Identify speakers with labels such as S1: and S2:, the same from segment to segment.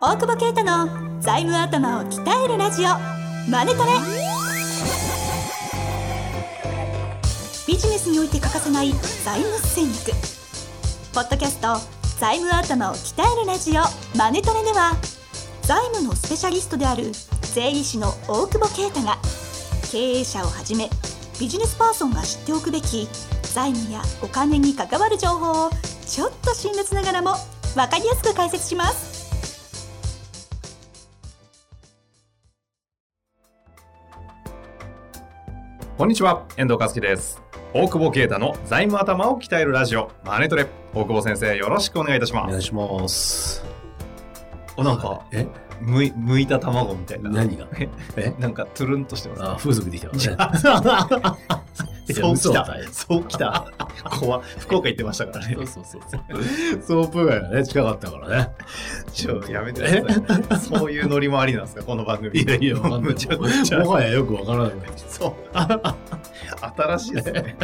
S1: 大久保啓太の財務頭を鍛えるラジオマネトレビジネスにおいて欠かせない財務戦略ポッドキャスト財務頭を鍛えるラジオマネトレでは財務のスペシャリストである税理士の大久保啓太が経営者をはじめビジネスパーソンが知っておくべき財務やお金に関わる情報をちょっと辛辣ながらも分かりやすく解説します
S2: こんにちは、遠藤和樹です。大久保啓太の財務頭を鍛えるラジオ、マネトレ。大久保先生、よろしくお願いいたし
S3: お
S2: ま
S3: 願
S2: す。
S3: いします。
S2: お、なんか、
S3: え
S2: むい、むいた卵みたいな。
S3: 何が
S2: え
S3: え
S2: なんか、トゥルンとしてます
S3: あ
S2: ね。
S3: 風俗できた わね。
S2: そうき
S3: 嘘
S2: た
S3: だよ。
S2: そうきた。 怖福岡行ってましたからね
S3: そ。うそうそうそう。ソープ街がね、近かったからね。
S2: ちょ、やめてください。そういうノリもありなんですか、この番組。
S3: いやいや、わかん な い
S2: むちゃくちゃ
S3: も。はやよくわからなくなっ
S2: そう。新しいですね。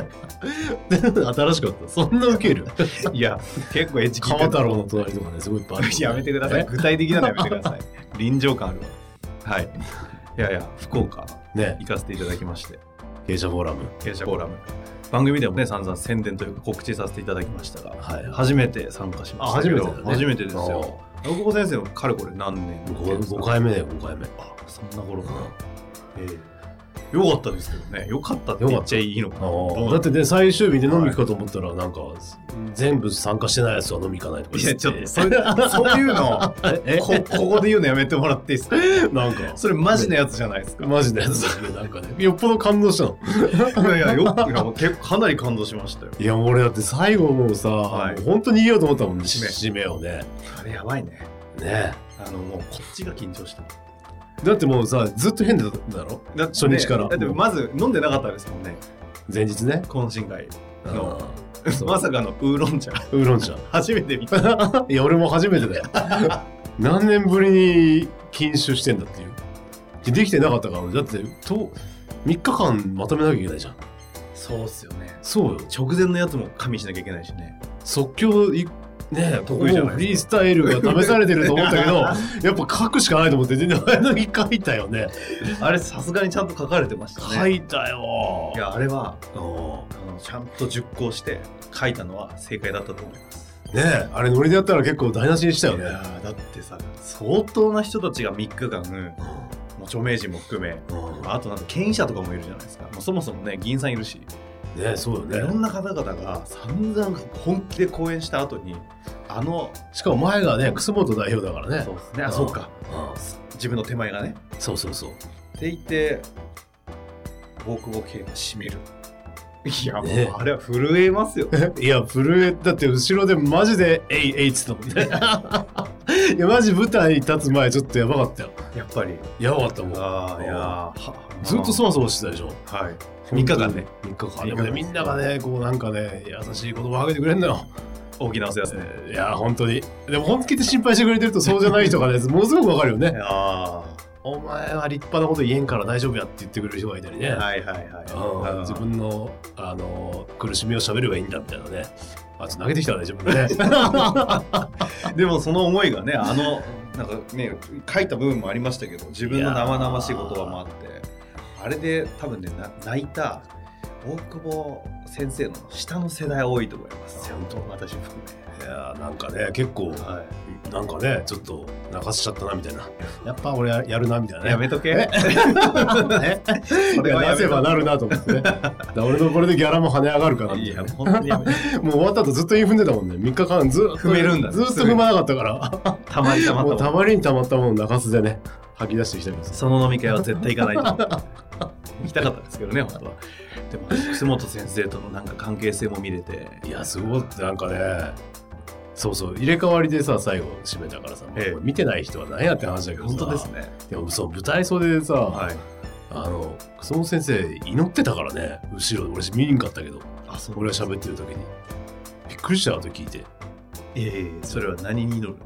S3: た。新しかった。そんなウケる。
S2: いや、結構エッジ効いて
S3: 鎌
S2: る
S3: 太郎の隣とかね、すごいいっぱいある。
S2: やめてください。
S3: ね。
S2: 具体的なのやめてくだ さい。臨場感あるわ。はい。いやいや、福岡
S3: ね、
S2: 行かせていただきまして、
S3: 経営者フォーラム。
S2: 弊社フォーラム。番組でもね、散々宣伝というか告知させていただきましたが、
S3: はい。
S2: 初めて参加しましたけど。
S3: あ初めてだね
S2: 初めてですよ。大久保先生もかれこれ何年
S3: 5,
S2: ですか
S3: 回目だよ、5回目。
S2: あ、そんな頃かな。ええよかったですけどね。よかったって言っちゃいいのかな。どう
S3: だ
S2: な
S3: っ
S2: の
S3: てね、最終日で飲み行くかと思ったら、なんか、全部参加してないやつは飲み行かないとか
S2: い
S3: 言
S2: や、
S3: て
S2: ちょっと、そういうそういうの、
S3: え
S2: こ、ここで言うのやめてもらっていいですか
S3: なんか、
S2: それマジなやつじゃないですか。
S3: マジなやつだね、なんかね。よっぽど感動したの。
S2: いやいや、よく、いや結構かなり感動しましたよ。
S3: いや、俺だって最後もうさ、
S2: はい
S3: もう本当に逃げようと思ったもんね、
S2: 締め
S3: 締めをね。
S2: あれやばいね。
S3: ね
S2: あの、もうこっちが緊張してる。
S3: だってもうさ、ずっと変だっただろ
S2: だ
S3: 初日から
S2: だってまず飲んでなかったですもんね。
S3: 前日ね。
S2: 懇親会。の
S3: うんそう
S2: まさかのウーロン茶。
S3: ウーロン茶。
S2: 初めて見た。
S3: いや、俺も初めてだよ。 何年ぶりに禁酒してんだっていう。でできてなかったから、だってと、3日間まとめなきゃいけないじゃん。
S2: そうっすよね。
S3: そうよ。
S2: 直前のやつも加味しなきゃいけないしね。
S3: 即興いねえ、
S2: 得意じゃない
S3: もうフリースタイルが試されてると思っ たけど、やっぱ書くしかないと思って、で名前の日 書いたよね。
S2: あれ、さすがにちゃんと書かれてましたね。
S3: 書。いたよ
S2: い。や、あれは、
S3: うん
S2: あのちゃんと熟考して書いたのは正解だったと思います。
S3: ねえあれノリでやったら結構台無しにしたよ
S2: いや
S3: ね。
S2: ーだってさ、相当な人たちが3日間、もう著名人も含め、
S3: うん
S2: あとなんか権威者とかもいるじゃないですか。もうそもそもね、議員さんいるし、
S3: ねえそう
S2: い
S3: よ
S2: ろ
S3: ね。
S2: んな方々が散々本気で講演した後に、あの、
S3: しかも前がね楠本代表だからね。
S2: うですね、あ、そうか、
S3: うん
S2: 自分の手前がね。
S3: そうそうそう。
S2: って言って、大久保圭が締める。いや、もう
S3: ね
S2: あれは震えますよ。
S3: いや震えだって後ろでマジで「えいえい」っつったもんね。 いやマジ舞台に立つ前ちょっとやばかったよ。
S2: やっぱり。
S3: やばかったもん。
S2: ああ、いやーは
S3: ずっとそわそわしてたでしょ。
S2: はい。3日間ね、
S3: 3日
S2: 三日
S3: 間。で
S2: 間
S3: もねみんながねこうなんかね優しい言葉をかけてくれんのよ。
S2: 大きなお世話ですね。
S3: えーいや本当に。でも本気で心配してくれてるとそうじゃない人 がねものすごくわかるよね。
S2: あ
S3: お前は立派なこと言えんから大丈夫やって言ってくれる人がいたりね。
S2: あ、はいはいはい
S3: うん。自分のあの苦しみを喋ればいいんだみたいなね。あちょっと投げてきたら大丈夫だね。
S2: でもその思いがね、あの、なんかね、書いた部分もありましたけど、自分の生々しい言葉もあって、あれで多分ね、な泣いた大久保先生の下の世代多いと思います。
S3: 本当
S2: 私含
S3: いやーなんかね結
S2: め。
S3: 構
S2: は
S3: なんかねちょっと泣かしちゃったなみたいな。やっぱ俺ややるなみたいな、ね。
S2: やめとけ。
S3: ねね
S2: そ
S3: い
S2: れ
S3: や
S2: はや
S3: な
S2: め
S3: せ
S2: と
S3: ばなるなと思ってね。だから俺のこれでギャラも跳ね上がるかなっ
S2: け。い
S3: て
S2: や、。本当にやめて。
S3: もう終わった後ずっとイン踏んでたもんね。3日間ずっと
S2: 踏めるんだね
S3: ずっと踏まなかったか
S2: たまりた
S3: ら。
S2: ま
S3: も
S2: た
S3: うた
S2: ま。
S3: まりにたまったものを泣かすでね吐き出してきたりです。
S2: その飲み会は絶対行かないと。 行きたかったですけどね、本当は。でも、楠本先生とのなんか関係性も見れて。
S3: いや、すごい、なんかね、そうそう、入れ替わりでさ、最後、締めたからさ、もう
S2: ええ
S3: 見てない人は何やって話だけどさ、
S2: 本当ですね。
S3: でも、そう、舞台袖でさ、
S2: はい。
S3: あの、楠本先生、祈ってたからね、後ろで、俺、見にんかったけど、
S2: あ、そ
S3: 俺が喋ってる時に。びっくりしたよ、あと聞いて。
S2: ええそれは何に乗る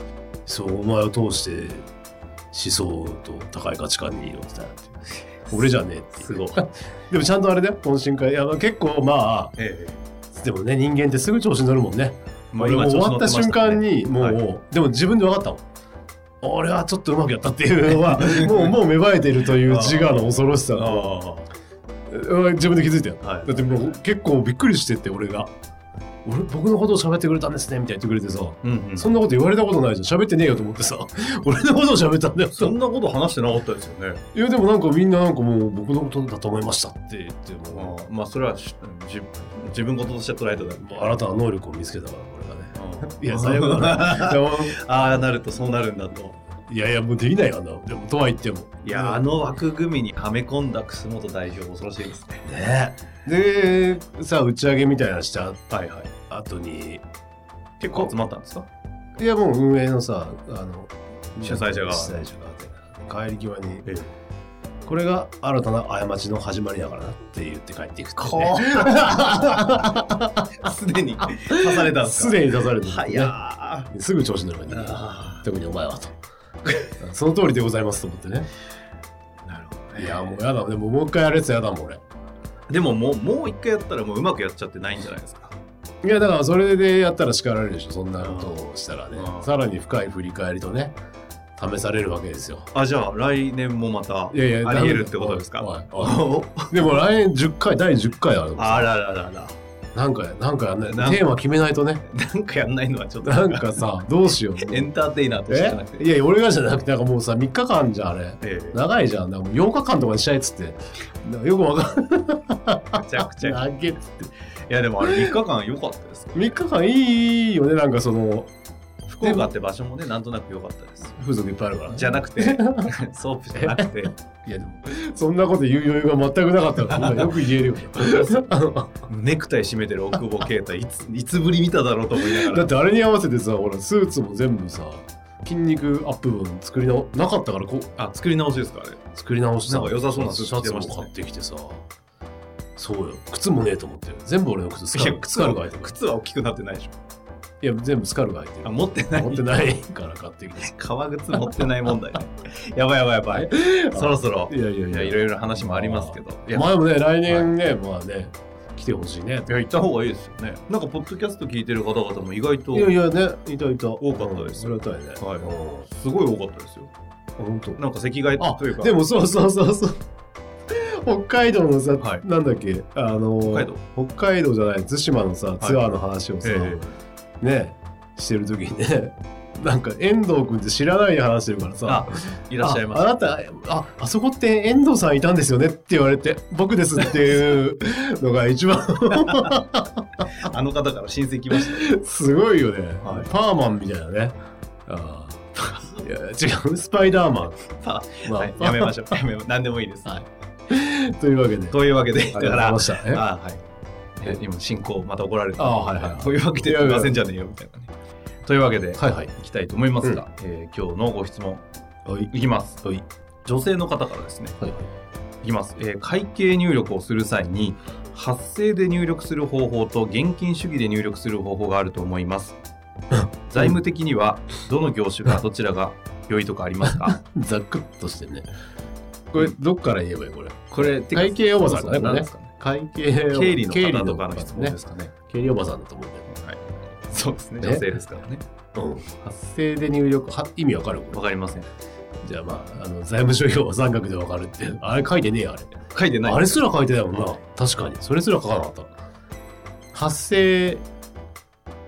S3: そう、お前を通して、思想と高い価値観に祈ってたよって いう。俺じゃねえっていう。
S2: すごい。
S3: でも、ちゃんとあれだよ、懇親会。いや、まあ結構、まあ、
S2: ええ
S3: でもね、人間ってすぐ調子に乗るもんね。
S2: まあ
S3: 俺もう終わった瞬間
S2: に、
S3: に、もう、
S2: は
S3: でも自分で分かったもん。俺はちょっとうまくやったっていうの はもうもう芽生えてるという自我の恐ろしさ
S2: ああ
S3: うん自分で気づいたよ、
S2: はい
S3: だってもう結構びっくりしてって俺が俺僕のことを喋ってくれたんですねみたいに言ってくれてさ、
S2: うんうん
S3: そんなこと言われたことないじゃん喋ってねえよと思ってさ 俺のことを喋ったんだよ
S2: そんなこと話してなかったですよね。
S3: いやでもなんかみんななんかもう僕のことだと思いましたって言っても
S2: ああまあそれはし自自分事として捉えてた
S3: うあなたは能力を見つけたからこれがね
S2: うん
S3: いや最悪だなでも
S2: ああなるとそうなるんだと。
S3: いやいやもうできないよなでもとは言っても
S2: いや、あの枠組みにはめ込んだ楠本代表恐ろしいですね。
S3: ねでさ打ち上げみたいなのした
S2: はいはい。
S3: 後に
S2: 結構集まったんですか
S3: いやもう運営のさあの
S2: 主催者側
S3: 主催者側で帰り際に
S2: ええ
S3: これが新たな過ちの始まりだからなって言って帰っていくっていうね
S2: こすでに刺されたんです
S3: す
S2: か
S3: でに出されて
S2: は
S3: る、
S2: や
S3: ね、すぐ調子乗るからね
S2: あ
S3: 特にお前はと その通りでございますと思ってね
S2: ーなるほどね
S3: いやもうやだでももう一回やるやつやだもん俺
S2: でももうもう一回やったらもううまくやっちゃってないんじゃないですか
S3: いやだからそれでやったら叱られるでしょそんなことをしたらね
S2: うん
S3: さらに深い振り返りとね試されるわけですよ
S2: あじゃあ来年もまた
S3: いやいや
S2: ありえるってことですか
S3: おいおいおい
S2: お
S3: でも来年10回第10回ある
S2: あらららら
S3: なんかなんかやんない
S2: なん
S3: テーマ決めないとね
S2: なんかやんないのはちょっと
S3: なんかさどうしよう
S2: エンターテイナーとしてじゃなくて
S3: えいや俺がじゃなくてなんかもうさ3日間じゃんあれ
S2: ええ
S3: 長いじゃんなんかもう8日間とかにしたいっつってなんかよくわかん
S2: めちゃくちゃ
S3: ないっつって
S2: いやでもあれ3日間良かったです
S3: 3日間いいよねなんかその
S2: 福岡って場所もねなんとなく良かったです
S3: 風俗いっぱいあるから、ね、
S2: じゃなくて ソープじゃなくて
S3: いやでもそんなこと言う余裕が全くなかったからよく言えるよ
S2: ネクタイ締めてる奥保啓太いついつぶり見ただろうと思いなが
S3: だっ
S2: ら
S3: てあれに合わせてさほらスーツも全部さ筋肉アップ分作りななかったからこう
S2: あ作り直しですかあれ
S3: 作り直しさ
S2: なんか良さそうなスーツ
S3: シャツも
S2: 着てました
S3: 買
S2: ね
S3: ってきてさそうよ靴もねえと思って全部俺の靴ス
S2: い
S3: カ
S2: や
S3: ルス
S2: 靴
S3: カ
S2: は
S3: ルが入ってる
S2: 靴は大きくなってないでしょ
S3: いや全部スカルが入って
S2: あ
S3: る
S2: 持ってない
S3: 持ってないから買ってきて
S2: 革靴持ってない問題 ね やばいやばいやばいそろそろ
S3: いやいやい
S2: い
S3: や
S2: やいろいろ話もありますけどいや,、
S3: 前もね来年ね、まあね来てほしいね
S2: いや行った方がいいですよねなんかポッドキャスト聞いてる方々も意外と
S3: いやいやねいたいた
S2: 多かったです
S3: それはたいね
S2: はい
S3: うんあ
S2: すごい多かったですよ
S3: 本当
S2: なんか席替
S3: あ
S2: えというか
S3: でもそうそうそうそう北海道のさ、
S2: はい
S3: なんだっけあの
S2: 北海道
S3: 北海道じゃない対馬のさツアーの話をさ、
S2: え
S3: ねしてる時にね なんか遠藤君って知らないで話してるからさ
S2: あえいらっしゃいま
S3: あ
S2: す
S3: あなたああそこって遠藤さんいたんですよねって言われて 僕ですっていうのが一番
S2: あの方から親戚来まし
S3: すごいよね、
S2: はい
S3: パーマンみたいなねあーいや違うスパイダ ーマン、
S2: た、
S3: まあ
S2: はい、やめましょうやめま何でもいいです、
S3: はいというわけで
S2: というわけでだ
S3: あ
S2: か
S3: りがとうござい
S2: ら
S3: ましたえ
S2: あはいえ今進行また怒られる
S3: あはいはい
S2: というわけで
S3: いやい
S2: すい
S3: や
S2: ませんじゃねえよみたいなねというわけで、
S3: はいはい
S2: いきたいと思いますが、えー今日のご質問
S3: はい
S2: いきます、
S3: はい
S2: 女性の方からですね
S3: はい
S2: いきます、えー会計入力をする際に発生で入力する方法と現金主義で入力する方法があると思い ます財務的にはどの業種がどちらが良いとかありますか
S3: ざくっとしてねこれどっから言えば いいこれ
S2: これてか
S3: 会計おばさん
S2: そ
S3: だね
S2: うそう
S3: これ
S2: な
S3: ね
S2: んですかね
S3: 会計を
S2: 経理の
S3: 経
S2: 方とかの質問
S3: ね
S2: ですかね
S3: 経理おばさんだと思うんだよね
S2: そうですね
S3: ね
S2: 女性ですからね
S3: うん、発生で入力は意味わかる
S2: わかりません
S3: じゃあまああの財務諸表は三角でわかるってあれ書いてねえよあれ
S2: 書いてない
S3: あれすら書いてないもんな、
S2: はい
S3: 確かにそれすら書かなかった発生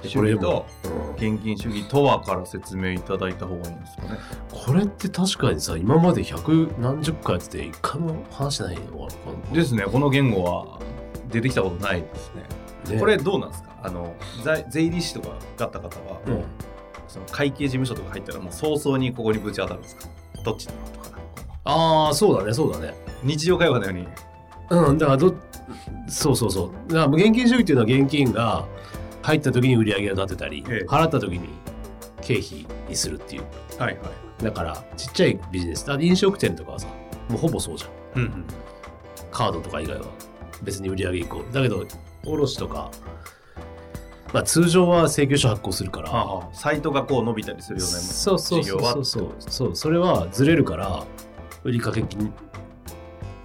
S2: 主義と
S3: うん
S2: 現金主義とはから説明いただいた方がいいんですかね
S3: これって確かにさ今まで百何十回やってて一回も話してないのかな
S2: ですねこの言語は出てきたことないですね
S3: ね
S2: これどうなんですかあの在税理士とかだった方は、
S3: うん
S2: その会計事務所とか入ったらもう早々にここにぶち当たるんですかどっちなのとかこう
S3: ああそうだねそうだね
S2: 日常会話のように
S3: うんだからどそうそうそうだから現金主義っていうのは現金が入った時に売り上げが立てたり、
S2: ええ
S3: 払った時に経費にするっていう
S2: はいはい
S3: だからちっちゃいビジネスだ飲食店とかはさもうほぼそうじゃん
S2: うんうん
S3: カードとか以外は別に売り上げ以降だけど卸とか、まあ、通常は請求書発行するから、
S2: はあはあサイトがこう伸びたりするような
S3: そうそうそうそう
S2: 事
S3: そ
S2: 業
S3: うそうそれはずれるから売掛金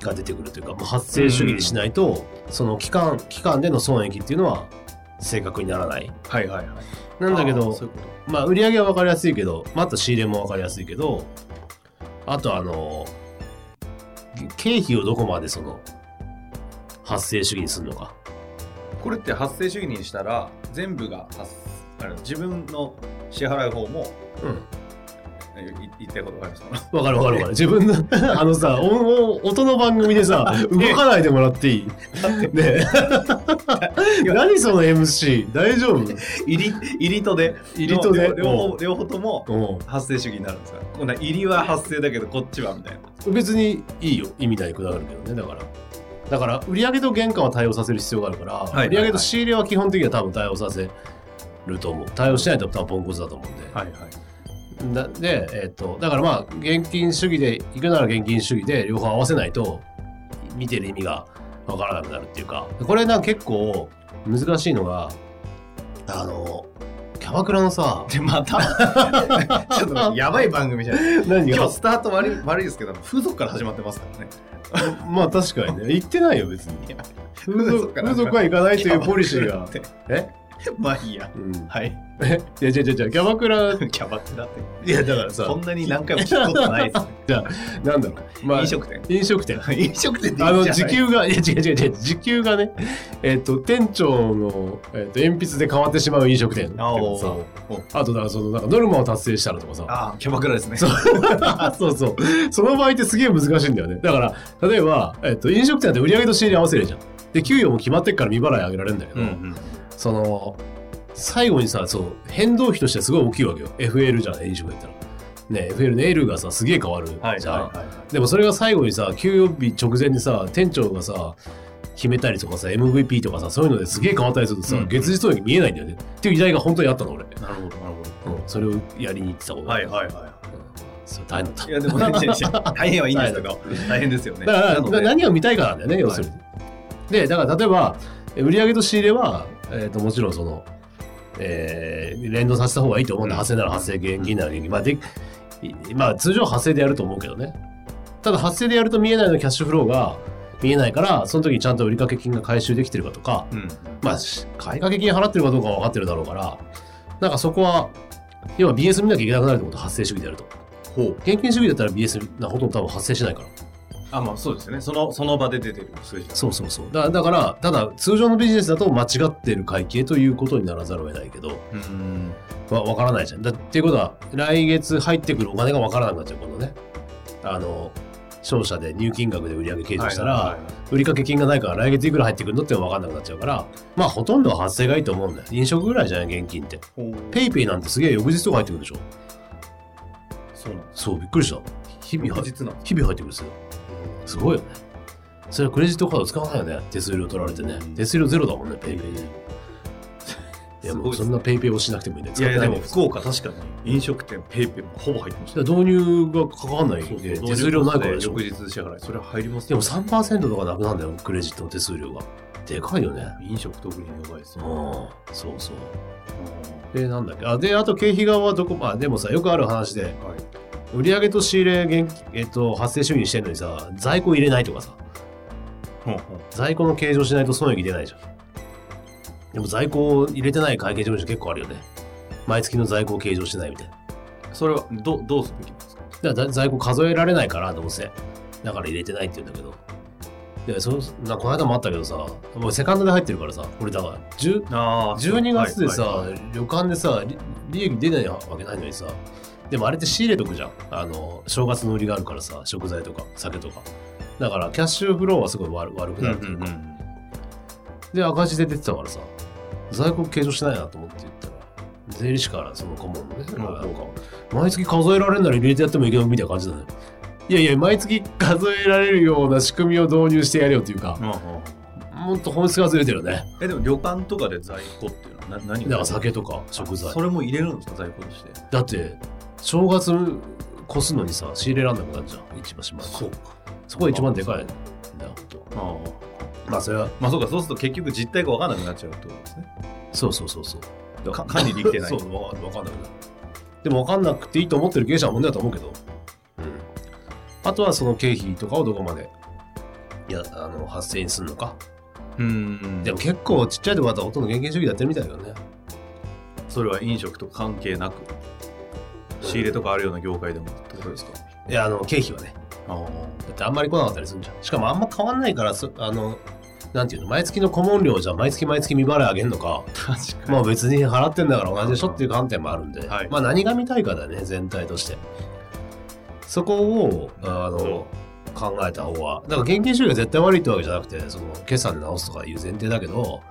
S3: が出てくるというか、まあ、発生主義にしないと、その期間期間での損益っていうのは正確にならない
S2: はいはいはい
S3: なんだけ
S2: あー
S3: ど
S2: そういうこと
S3: まあ売り上げは分かりやすいけどまた仕入れも分かりやすいけどあとあの経費をどこまでその発生主義にするのか
S2: これって発生主義にしたら全部が発あれ自分の支払う方も
S3: うん
S2: えい言いたいことがありますか
S3: わかるわかるわかる自分の あのさ音音音の番組で さ動かないでもらっていいねえ何その MC 大丈夫
S2: 入り入りとで
S3: 入りとで
S2: 両両方両方とも
S3: うん
S2: 発生主義になるんですかこんな入りは発生だけどこっちはみたいな
S3: 別にいいよ意味ないくだるけどねだからだから売上と原価は対応させる必要があるから、
S2: いはいはい
S3: 売上と仕入れは基本的には多分対応させると思う対応しないと多分ポンコツだと思うんで、
S2: はいはい
S3: だで、えっとだからまあ現金主義で行くなら現金主義で両方合わせないと見てる意味がわからなくなるっていうかこれなんか結構難しいのがあのキャバクラ のさ
S2: でまたちょっと待ってやばい番組じゃない
S3: 何
S2: 今
S3: が
S2: 日スタート悪い悪いですけど風俗から始まってますからね
S3: まあ確かにね行ってないよ別に
S2: いや
S3: 風俗風俗は行かないというポリシーが
S2: って
S3: え
S2: まあいいや
S3: うん
S2: はい
S3: えいや違う違う違うキャバクラ
S2: キャバクラって
S3: いやだからさ
S2: そんなに何回も聞くことないですね
S3: なんだろう、まあ、
S2: 飲食店
S3: 飲食店
S2: 飲食店でい
S3: あ
S2: い
S3: の
S2: じゃない
S3: 時給がいや違う違う違う時給がねえっ、と店長の、えっと鉛筆で変わってしまう飲食店と
S2: あ
S3: か
S2: お
S3: さ
S2: お
S3: あとだからそのなんかノルマを達成したらとかさ
S2: ああキャバクラですね
S3: そうそうその場合ってすげえ難しいんだよねだから例えば、えっと飲食店だって売り上げと仕入れ合わせるじゃんで給与も決まってっから未払い上げられるんだけど、
S2: うん
S3: その最後にさそう変動費としてすごい大きいわけよ FL じゃん飲食店ってのはね FL の L がさすげえ変わるじゃん、
S2: はいはいはい
S3: でもそれが最後にさ給与日直前にさ店長がさ決めたりとかさ MVP とかさそういうのですげえ変わったりするとさ、
S2: うん
S3: 月次当に見えないんだよねっていう時代が本当にあったの俺、
S2: なるほどなるほ
S3: うん、それをやりに行ってたこと
S2: ど
S3: が
S2: はいはいは
S3: うんそれ大変だっ
S2: いいやでも大変はいいんですけど大変ですよね
S3: ただから
S2: なので
S3: 何を見たいかなんだよね要するに、でだから例えばえ売上と仕入れは、えー、ともちろんその、えー連動させた方がいいと思うんだ、
S2: うん
S3: 発生なら発生現金なら現金まあでいまあ通常発生でやると思うけどねただ発生でやると見えないのキャッシュフローが見えないからその時にちゃんと売掛金が回収できてるかとか
S2: うん
S3: まあし買掛金払ってるかどうかは分かってるだろうからなんかそこは要は BS 見なきゃいけなくなるってこと発生主義でやると
S2: ほう
S3: 現金主義だったら BS なほとんど多分発生しないから
S2: あまあそうですよねそのその場で出てる数字
S3: そうそうそうだだからただ通常のビジネスだと間違ってる会計ということにならざるを得ないけど
S2: うん
S3: わ分からないじゃんだっていうことは来月入ってくるお金が分からなくなっちゃうこのねあの商社で入金額で売上計上したら、
S2: はいはいはい
S3: 売掛金がないから来月いくら入ってくるのって分かんなくなっちゃうからまあほとんどは発生がいいと思うんだよ飲食ぐらいじゃない現金って
S2: ほう
S3: ペイペイなんてすげえ翌日とか入ってくるでしょ
S2: そうなんです
S3: そうびっくりした日々は
S2: 翌日なんです
S3: 日々入ってくるんですよすごいよねそれはクレジットカード使わないよね手数料取られてね
S2: うん
S3: 手数料ゼロだもんねペイ ペイいや
S2: す
S3: も
S2: ごいうです
S3: そんなペイペイをしなくてもいいんだよ
S2: いやいやでも
S3: 使
S2: 福岡確かに飲食店ペイペイもほぼ入ってました
S3: ってないよ導入がかかんないんで手数料ないからでしょ
S2: 翌
S3: で
S2: 日支払いそれは入ります
S3: も3%とかなくなんだよクレジットの手数料がでかいよね
S2: 飲食特にやばいです
S3: うんそうそう
S2: は
S3: でなんだっけあであと経費側はどこまあでもさよくある話で
S2: い
S3: 売上と仕入れ現、えっと、発生主義にしてんのにさ在庫入れないとかさ
S2: ほう
S3: 在庫の計上しないと損益出ないじゃんでも在庫を入れてない会計事務所結構あるよね毎月の在庫を計上してないみたいな
S2: それはどどうすべきですか
S3: だから在庫数えられないからどうせだから入れてないって言うんだけどでそなこの間もあったけどさ俺セカンドで入ってるからさ俺だから10
S2: あ
S3: 12月でさ、
S2: はいはい
S3: 旅館でさ利利益出ないわけないのにさでもあれって仕入れとくじゃんあの正月の売りがあるからさ食材とか酒とかだからキャッシュフローはすごい悪悪くなるというか、で赤字で出てたからさ在庫計上してないなと思って言ったら税理士からその顧問のね、
S2: うん
S3: なんか毎月数えられるなら入れてやってもいいけどみたいな感じだねいやいや毎月数えられるような仕組みを導入してやれよっていうか、
S2: うんうんうん
S3: もっと本質がずれてるよね
S2: えでも旅館とかで在庫っていうのはな何が
S3: だから酒とか食材
S2: それも入れるんですか在庫として
S3: だって正月越すのにさ仕入れらんなくなるじゃん一番島
S2: そうか
S3: そこが一番でかいんだよほんと
S2: ああ
S3: まあそれは
S2: まあそうかそうすると結局実態が分からなくなっちゃうってことですね
S3: そうそうそうそう
S2: か管理できてない
S3: そうわかんわかんなくなるでも分かんなくていいと思ってる経営者は問題だと思うけど、うん、あとはその経費とかをどこまでいやあの発生にするのか
S2: うん
S3: でも結構ちっちゃいとこだったらほとんど現金主義やってるみたいだよね
S2: それは飲食と関係なく仕入れとかあるような業界でもってことですか
S3: いやあの経費はね
S2: あ
S3: だってあんまり来なかったりするじゃんしかもあんま変わんないからそあのなんていうの毎月の顧問料じゃ毎月毎月未払いあげんのか
S2: 確か
S3: まあ別に払ってんだから同じでしょっていう観点もあるんで、
S2: はい
S3: まあ何が見たいかだね全体としてそこをあの考えた方がだから現金主義が絶対悪いってわけじゃなくてその決算で直すとかいう前提だけど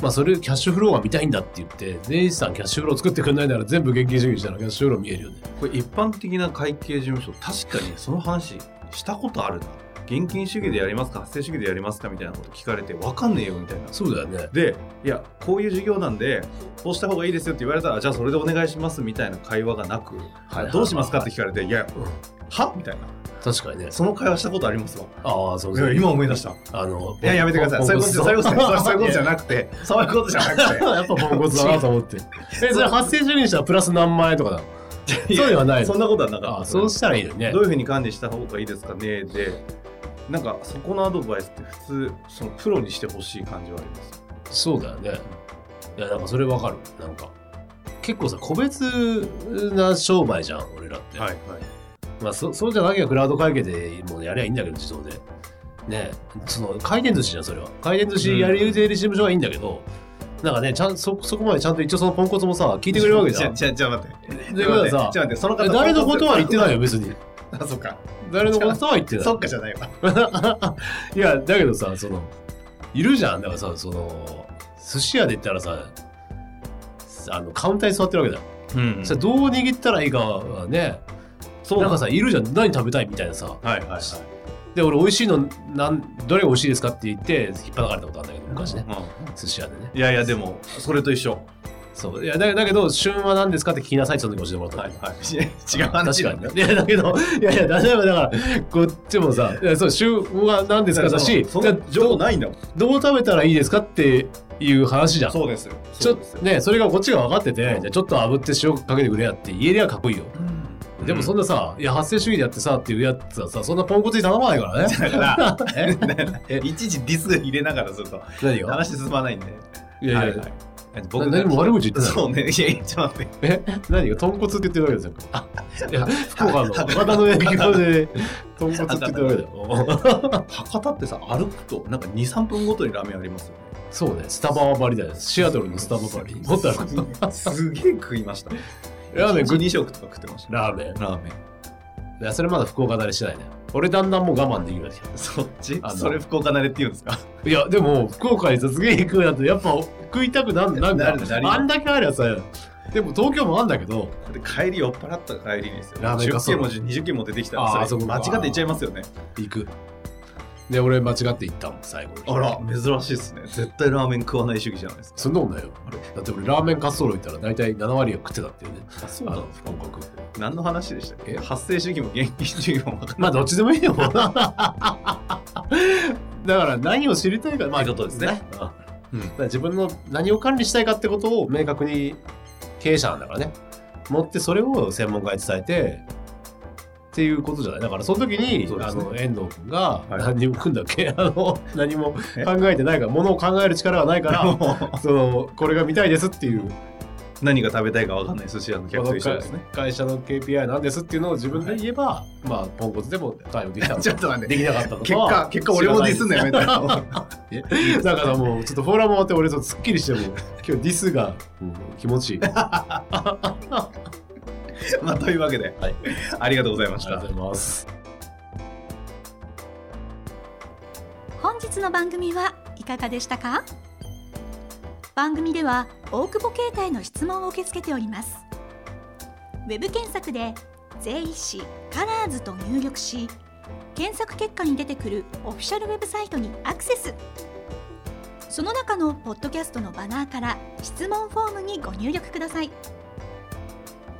S3: まあそれキャッシュフローが見たいんだって言って税理士さんキャッシュフロー作ってくんないなら全部現金主義したらキャッシュフロー見えるよね
S2: これ一般的な会計事務所確かにその話したことあるな現金主義でやりますか発生主義でやりますかみたいなこと聞かれて分かんねえよみたいな
S3: そうだよね
S2: でいやこういう事業なんでこうした方がいいですよって言われたらじゃあそれでお願いしますみたいな会話がなく、
S3: はい
S2: どうしますかって聞かれていや
S3: うん
S2: はみたいな
S3: 確かにね
S2: その会話したことありますわ
S3: ああそう
S2: い
S3: そ
S2: や
S3: う
S2: 今思い出したい
S3: あの
S2: ややめてくださいそういうことじゃそういうことじゃそういうことじゃ
S3: い
S2: なくてそう いうことじゃなくて
S3: やっぱポンコツだなと思って えそれ発生主義にしたらプラス何万円とかだそうではない
S2: そんなことはなかった
S3: あそうしたらいいのにね
S2: どういうふうに管理した方がいいですかねでなんかそこのアドバイスって普通そのプロにしてほしい感じはあります
S3: そうだよねいやなんかそれわかるなんか結構さ個別な商売じゃん俺らって、
S2: いはい
S3: まあそそうじゃなきゃクラウド会計でもうやりゃいいんだけど自動でねえその回転寿司じゃんそれは回転寿司やりう税理事務所はいいんだけど、なんかねちゃんそそこまでちゃんと一応そのポンコツもさ聞いてくれるわけじゃん
S2: じゃじゃ待って
S3: ということでさ
S2: ちょっと待ってその方
S3: え誰のことは言ってない
S2: よ
S3: よ別に
S2: あそっか
S3: 誰のことは言ってない
S2: そっかじゃないわ
S3: いやだけどさそのいるじゃんだからさその寿司屋で言ったらさあのカウンターに座ってるわけだよ、
S2: うん
S3: それどう握ったらいいかはね
S2: そう
S3: なんかさいるじゃん何食べたいみたいなさ
S2: はいはいはい
S3: で俺美味しいのなんどれが美味しいですかって言って引っ張られたことあるんだけど昔ね
S2: う
S3: 寿司屋でね
S2: んいやいやでもそれと一緒
S3: そういやだだけど旬は何ですかって聞きなさいってその時教えてもらったの、
S2: い 違う話
S3: 確かにねいやだけどいやいや例えばだからこっちもさいやそう旬は何ですかだし
S2: そ
S3: じゃあ
S2: の情報ないんだもん
S3: どう食べたらいいですかっていう話じゃん
S2: そうです
S3: ちょっ
S2: と
S3: とね、それがこっちが分かってて、じゃあちょっと炙って塩かけてくれやって言えりゃかっこいいよ。でもそんなさ、いや、発生主義でやってさっていうやつはさ、そんなポンコツに頼まないからね。
S2: だから
S3: え
S2: いちいちディス入れながらすると
S3: 何が
S2: 話進まないんで
S3: いやいや、
S2: はいはい
S3: 僕何も悪口言ってない。
S2: そうね、いや、いやちょっと待って。
S3: え何が、豚骨って言ってるわけですよ。あいや、福岡の博多の焼き方で、豚骨って言ってるわけだよ。
S2: 博多ってさ、歩くと、なんか2、3分ごとにラーメンありますよね。
S3: そうね、スタバはバリだよ。シアトルのスタババリ。もっとある
S2: るすげえ食いました。
S3: ラーメン
S2: グ
S3: 食っ
S2: 2食とか食ってました。
S3: ラーメン。
S2: ラーメン。
S3: いや、それまだ福岡慣れしてないね。俺だんだんもう我慢できるようになってきた。
S2: そっち
S3: あの
S2: それ福岡慣れって言うんですか
S3: いやでも福岡にさすげえ行くなとやっぱ食いたくなんなんか
S2: なるなる
S3: あんだけありゃさでも東京もあんだけど
S2: で帰り酔っ払った帰りにですよ。
S3: ラーメンか
S2: 10件も20件も出てきた
S3: あ
S2: ら
S3: ー
S2: それ
S3: そこ
S2: 間違っていっちゃいますよね。
S3: 行くで俺間違って行ったもん最後に
S2: あら、珍しいですね。絶対ラーメン食わない主義じゃないですか。
S3: そんなもんないよだって俺ラーメン滑走路行ったら大体7割は食ってたっていうね
S2: あ、そ
S3: あの福岡君
S2: 何の話でしたっけ
S3: え
S2: 発生主義も現金主義も分かん
S3: まあどっちでもいいよ だから何を知りたいかまあ
S2: ってことですね
S3: うん
S2: うん
S3: だから自分の何を管理したいかってことを明確に経営者なんだからね持ってそれを専門家に伝えてっていうことじゃないだからその時に、
S2: そうで
S3: あ
S2: すね
S3: の遠藤君が
S2: はい
S3: 何にも組んだっけ、 あ の何も考
S2: え
S3: えてないからものを考える力がないか
S2: ない
S3: ら
S2: もう。
S3: そのこれが見たいですっていう
S2: 何が食べたいか分かんない寿司屋の客と一緒ですね。
S3: 会社の KPI なんですっていうのを自分で言えば、まあポンコツでも対応で きたの
S2: ちょっと待って
S3: できなかったのか
S2: 結果、結果俺もディスん のやめたよ。
S3: だからもうちょっとフォーラム終わって俺とすっきりしてもう今日ディスがもう気持ちいい。ありが
S2: まあ、というわけで、
S3: はい
S2: ありがとうございました
S3: とう。ございます。
S1: 本日の番組はいかがでしたか番組では大久保携帯の質問を受け付けておりますウェブ検索で「税理士カラーズと入力し検索結果に出てくるオフィシャルウェブサイトにアクセスその中のポッドキャストのバナーから質問フォームにご入力ください